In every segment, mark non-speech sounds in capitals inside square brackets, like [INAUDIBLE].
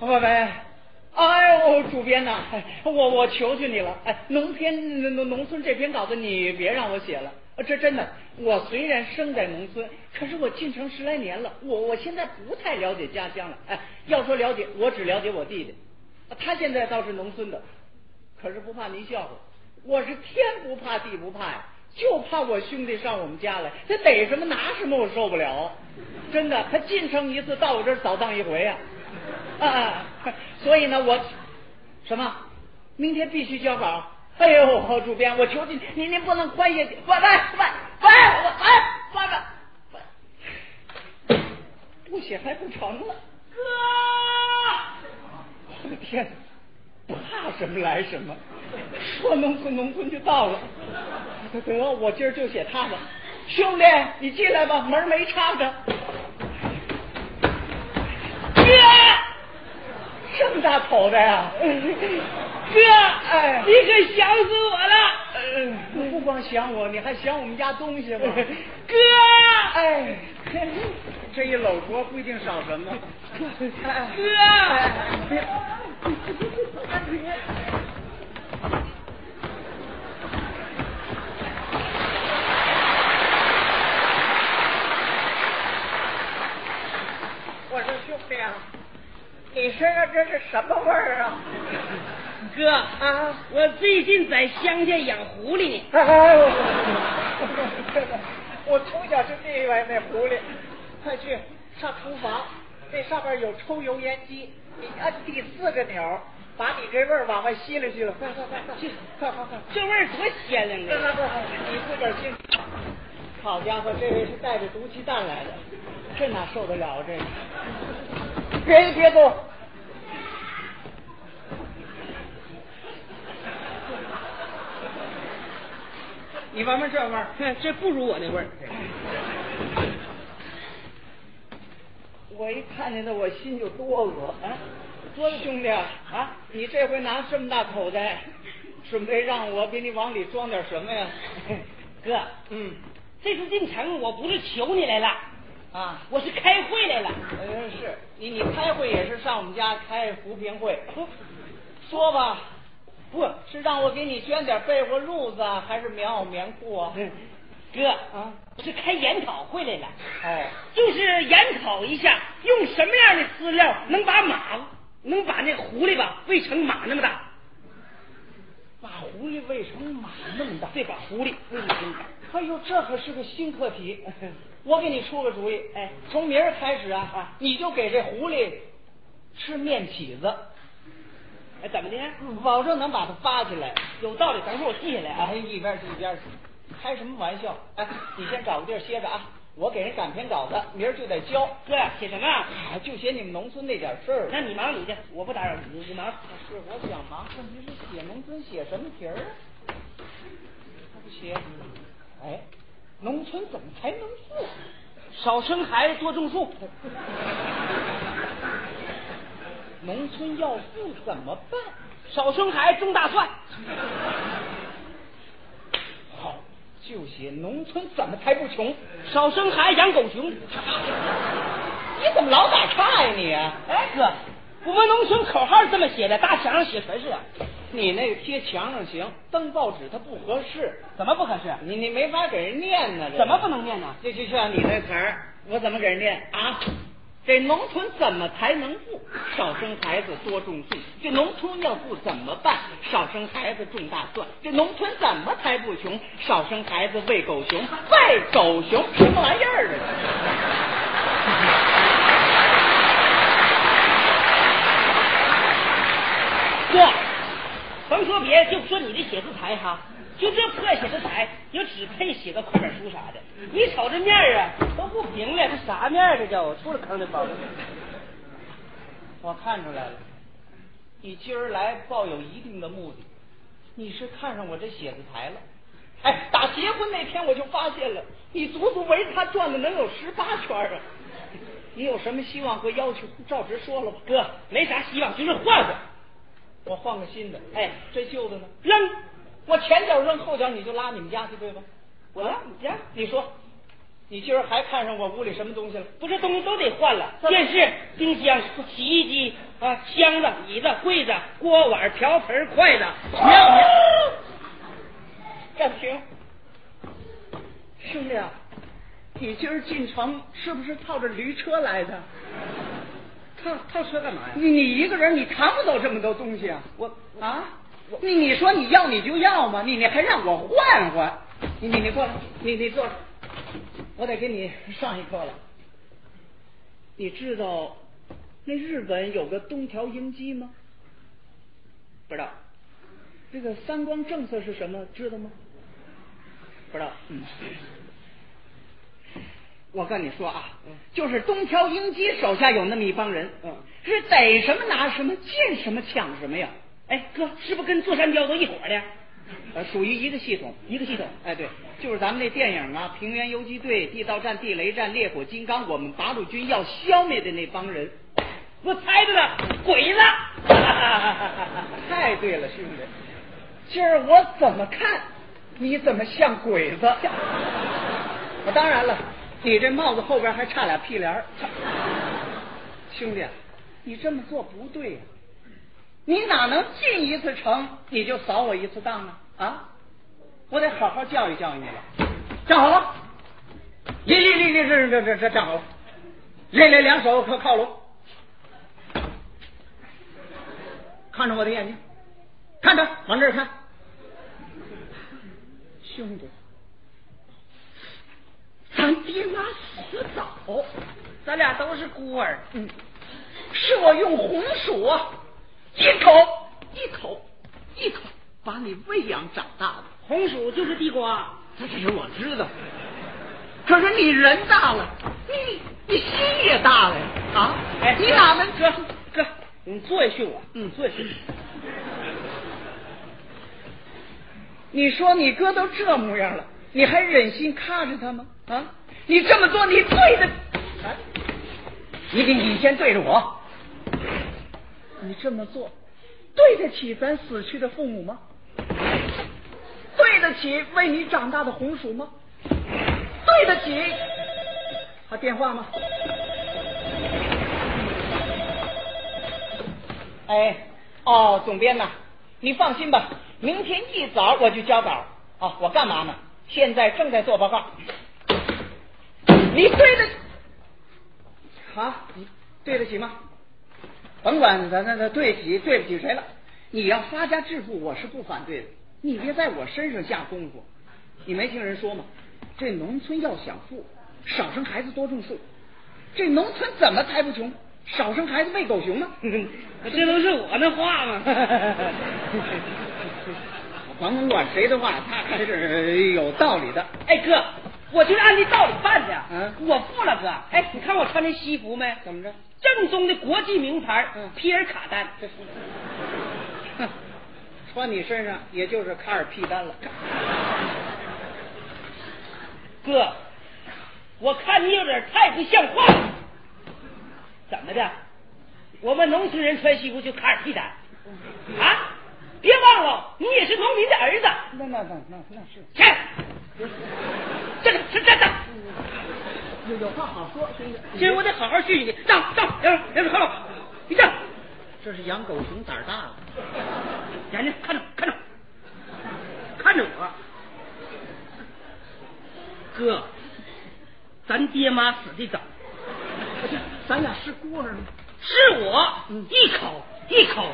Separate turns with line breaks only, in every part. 拜拜。哎呦，主编呐、我我求求你了，哎，农篇农农村这篇稿子你别让我写了，呃这真的，我虽然生在农村，可是我进城十来年了，我我现在不太了解家乡了，哎，要说了解，我只了解我弟弟，他现在倒是农村的，可是不怕您笑话，我是天不怕地不怕呀，就怕我兄弟上我们家来，他逮什么拿什么，我受不了。真的，他进城一次，到我这儿扫荡一回呀、啊。啊，所以呢，我什么，明天必须交稿。哎呦，主编，我求您，您您不能宽限，喂喂喂喂喂喂喂喂，不写还不成了。我的天，怕什么来什么，说农村农村就到了。得，我今儿就写他吧。兄弟，你进来吧，门没插着。哥，这么大口袋啊！哥，哎，你可想死我了！不光想我，你还想我们家东西吗？哥，哎，这一搂锅不一定少什么。哥，
我说兄弟啊，你身上这是什么味儿啊？
哥，
啊！
我最近在乡下养狐狸呢。
哎哎，我我从小就腻歪那狐狸，快去上厨房，那上面有抽油烟机，你按第四个钮儿，把你这味儿往外吸了去了。快快快快去，快快快！
这味儿多鲜亮
快快
啊！
快快！你自个儿进。好家伙，这位是带着毒气弹来的，
这哪受得了这个？
啊别别动！
你闻闻这味儿，哼这不如我那味儿。
我一看见他，我心就哆嗦啊！说兄弟啊啊，你这回拿这么大口袋，准备让我给你往里装点什么 [LAUGHS] 呀？
哥，
嗯
这次进城我不是求你来了，
啊，
我是开会来了。
呃是你你开会也是上我们家开扶贫会，说吧，不是让我给你捐点被窝褥子啊，还是棉袄棉裤 [LAUGHS] 啊？
哥，
啊，
我是开研讨会来了，
哦，
就是研讨一下用什么样的饲料能把马，能把那狐狸吧喂成马那么大。
把狐狸喂成马那么大，
对，把狐狸喂成马。
哎呦，这可是个新课题。 [LAUGHS] 我给你出个主意，
哎
从明儿开始啊，
啊
你就给这狐狸吃面起子，
哎，怎么的？
保证能把它发起来。
有道理，等会儿我记下来啊
哎，。一边去一边去，开什么玩笑？哎，你先找个地儿歇着啊，我给人赶篇稿子，明儿就得交。
哥，写什么啊？
哎，就写你们农村那点事儿。
那你忙你的，我不打扰你，你忙。
是我想忙，问题是写农村写什么题儿啊？他不写，哎，农村怎么才能哎富？
少生孩子，多种树。
农村要富怎么办？
少生孩子，种大蒜。
好，就写农村怎么才不穷？
少生孩子，养狗熊。
你怎么老打岔呀、你？
哎，哥，我们农村口号是这么写的，大墙上写全是啊。
你那个贴墙上行，登报纸它不合适，
怎么不合适？
你你没法给人念呢、这
怎么不能念呢？
这就像你那词儿，我怎么给人念啊？这农村怎么才能富？少生孩子，多种树。这农村要富怎么办？少生孩子，种大蒜。这农村怎么才不穷？少生孩子，喂狗熊。喂狗熊什么玩意儿啊？
哥，甭说别的，就说你的写字台哈，就这破写字台，也只配写个快板书啥的。你瞅这面儿啊，都不平了，这啥面儿？这叫出了坑的包。
我看出来了，你今儿来抱有一定的目的，你是看上我这写字台了。哎，打结婚那天我就发现了，你足足围着他转了能有十八圈啊！你有什么希望和要求，照直说了吧。
哥，没啥希望，就是换换，
我换个新的。
哎
这旧的呢？
扔。
我前脚扔后脚，你就拉你们家去，对吧？
我拉你家，
你说，
你今儿还看上我屋里什么东西了？
不是东西都得换了，电视、冰箱、洗衣机啊，箱子、椅子、柜子、锅碗、瓢盆、筷子，你让你
暂停，
兄弟啊，你今儿进城是不是套着驴车来的？
套套车干嘛呀？
你你一个人你扛不走这么多东西啊？
我
啊，你你说你要你就要嘛，你你还让我换换？你你你过来，你你坐着，我得给你上一课了。你知道那日本有个东条英机吗？不知道。这个三光政策是什么？知道吗？不知道。嗯。我跟你说啊，就是东条英机手下有那么一帮人，
嗯
是逮什么拿什么，见什么抢什么呀，
哎哥，是不是跟座山雕都一伙的？
呃，属于一个系统，
一个系统
哎，对，就是咱们那电影啊，《平原游击队》《地道战》《地雷战》《烈火金刚》，我们八路军要消灭的那帮人。
我猜着了，
[LAUGHS]
鬼子。
太对了，兄弟，今儿我怎么看，你怎么像鬼子？我当然了，你这帽子后边还差俩屁帘儿。兄弟啊，你这么做不对呀、你哪能进一次城你就扫我一次荡呢？啊，我得好好教育教育你了。站好了，立立立立，这这这这站好了，练练两手可靠拢。看着我的眼睛，看着，往这儿看。兄弟，咱爹妈死嗯早，
咱俩都是孤儿，
是我用红薯啊，一口一口一口把你喂养长大的。
红薯就是地瓜。
这是我知道，可是你人大了，你你心也大了呀啊！
哎
你哪能
哥哥，你坐下去我，
嗯
坐下去。
你说你哥都这模样了，你还忍心看着他吗？啊！你这么做，你对的。哎你你你先对着我，你这么做，对得起咱死去的父母吗？对得起为你长大的红薯吗？对得起他电话吗？哎，哦，总编呐，你放心吧，明天一早我就交稿。哦，我干嘛呢？现在正在做报告。你对得啊？你对得起吗？甭管咱咱咱对得起对不起谁了，你要发家致富，我是不反对的。你别在我身上下功夫。你没听人说吗？这农村要想富，少生孩子多种树。这农村怎么才不穷？少生孩子喂狗熊呢？
[LAUGHS] 这都是我那话
[LAUGHS]
吗？
[LAUGHS] 甭管谁的话，他还是有道理的。
哎哥，我就是按这道理办的。
嗯
我付了哥。哎，你看我穿这西服没？
怎么着？
正宗的国际名牌，
嗯
皮尔卡丹。
哼 [LAUGHS] 穿你身上也就是卡尔屁丹了。
哥，我看你有点太不像话了。怎么的？我们农村人穿西服就卡尔屁丹
嗯
啊？别忘了，你也是农民的儿子。
那那那那那是
去，这个这这这，
有有话好说，兄弟。
今儿我得好好训训你。让让让让看我，你站，
这是养狗熊胆儿大了。
眼睛看着看着，看着我。哥，咱爹妈死的早，
咱俩是孤儿吗？
是我
嗯
一口一口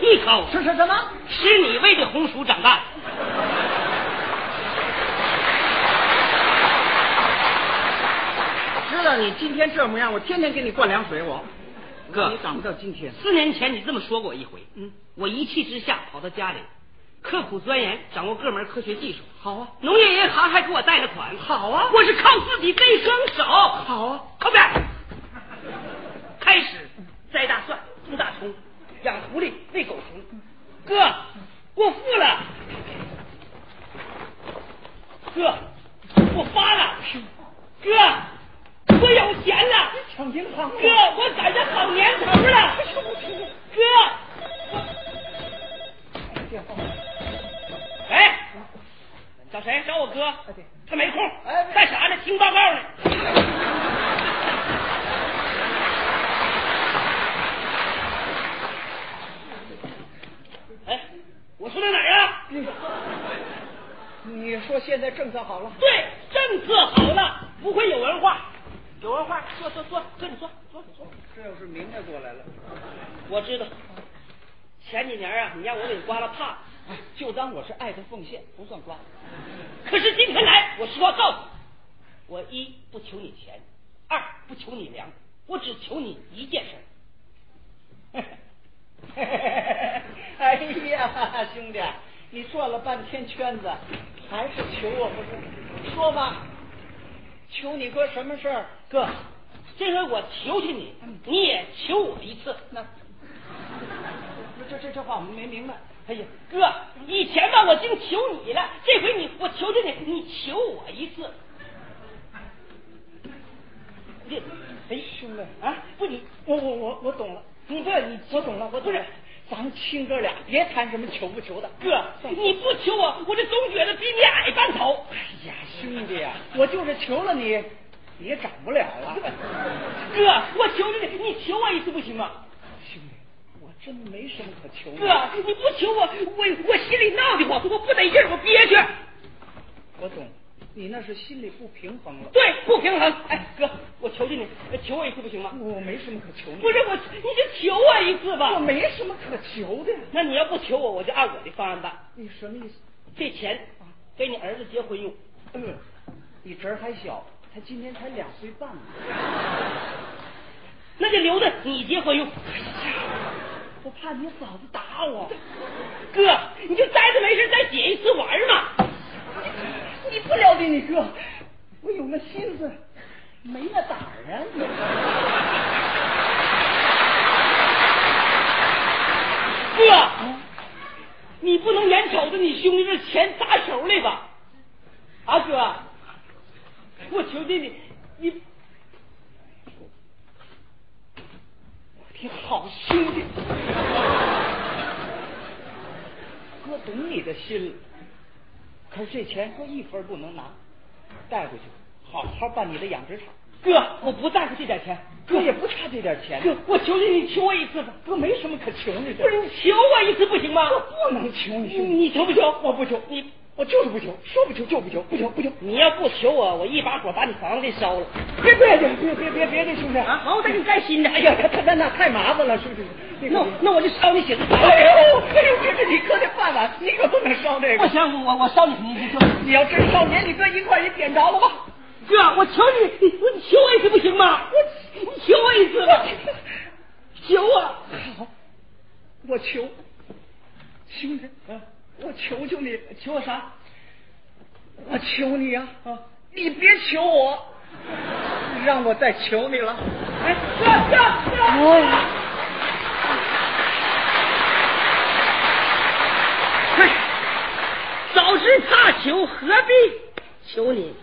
一口
是是什么？哎
吃你喂的红薯长大的。
知道你今天这模样，我天天给你灌凉水，我。
哥
你长不到今天。
四年前你这么说过一回，
嗯，
我一气之下跑到家里，刻苦钻研，掌握各门科学技术。
好啊，
农业银行还给我贷了款。
好啊
我是靠自己这一双手。
好啊，
靠边儿。开始栽大蒜、种大葱、养狐狸、喂狗熊。哥，我富了。哥，我发了。哥，我有钱了。
抢银行哎
哥，我赶上好年头了。哥，哎，找谁？找我哥
啊对。
他没空
哎，
干啥呢？听报告呢。哎啊
你说现在政策好了，
对，政策好了，不会有文化，有文化，坐坐坐，坐你坐，坐你坐。
这要是明着过来了，
我知道，前几年啊，你让我给刮了怕，
就当我是爱的奉献，不算瓜。
可是今天来，我实话告诉你，我一不求你钱，二不求你粮，我只求你一件事儿。
[LAUGHS] 哎呀，兄弟，你转了半天圈子，还是求我不是？说吧，求你哥什么事儿？
哥，这回我求求你，你也求我一次。
那这这这话我们没明白。
哎呀，哥，以前吧我净求你了，这回你我求求你，你求我一次。你，
哎，兄弟，
啊，不你，
我我我我懂了，
你不你
我懂了，我
不
懂
是
了。咱们亲哥俩别谈什么求不求的，
哥，你不求我，我这总觉得比你矮半头。
哎呀，兄弟呀、我就是求了你，你也长不了啊。
哥，我求求你，你求我一次不行吗？
兄弟，我真没什么可求你的。
哥，你不求我，我我心里闹得慌，我不得劲儿，我憋屈。
我懂，你那是心里不平衡了。
对，不平衡。哎，哥，我求求你，求我一次不行吗？
我没什么可求你的，
不是我，你就求我一次吧。
我没什么可求的呀。
那你要不求我，我就按我的方案办。
你什么意思？
这钱给你儿子结婚用，
嗯，你侄儿还小，他今年才两岁半呢。
那就留着你结婚用。
我怕你嫂子打我。
哥，你就待着没事再解一次玩儿嘛。
你不了解你哥，我有那心思，没那胆儿啊。
哥，啊你不能眼瞅着你兄弟这钱砸手里吧？啊，哥，我求求你，你
我的好兄弟，哥懂你的心了，可是这钱哥一分不能拿，带回去好好办你的养殖场。
哥，我不在乎这点钱，
哥也不差这点钱，
哥，我求求你求我一次吧。
哥没什么可求你的，
不是你求我一次不行吗？
我不能求你
你你求不求？我不求你，
我就是不求，说不求就不求，不求不求。
你要不求我，我一把火把你房子给烧了。
别别别别别别别这兄弟
啊，好，我再给你盖新的。哎
哎呀，
呀，
他他那那太麻烦了，兄弟。那
那
个
我那我就烧你写字台。
哎呦哎呦，这是你哥的饭碗，你可不能烧这
不
个。
行，我我烧你你你求
你要真烧，连你哥一块儿也点着了吧？
哥，我求你，你你求我一次不行吗？我你求我一
[LAUGHS]
次吧，求我。
好，我求，兄弟，我求求你，求我啥？我求你呀、啊，你别求我，让我再求你了。
哎，哥哥哥。
哎
早知他求，何必求你？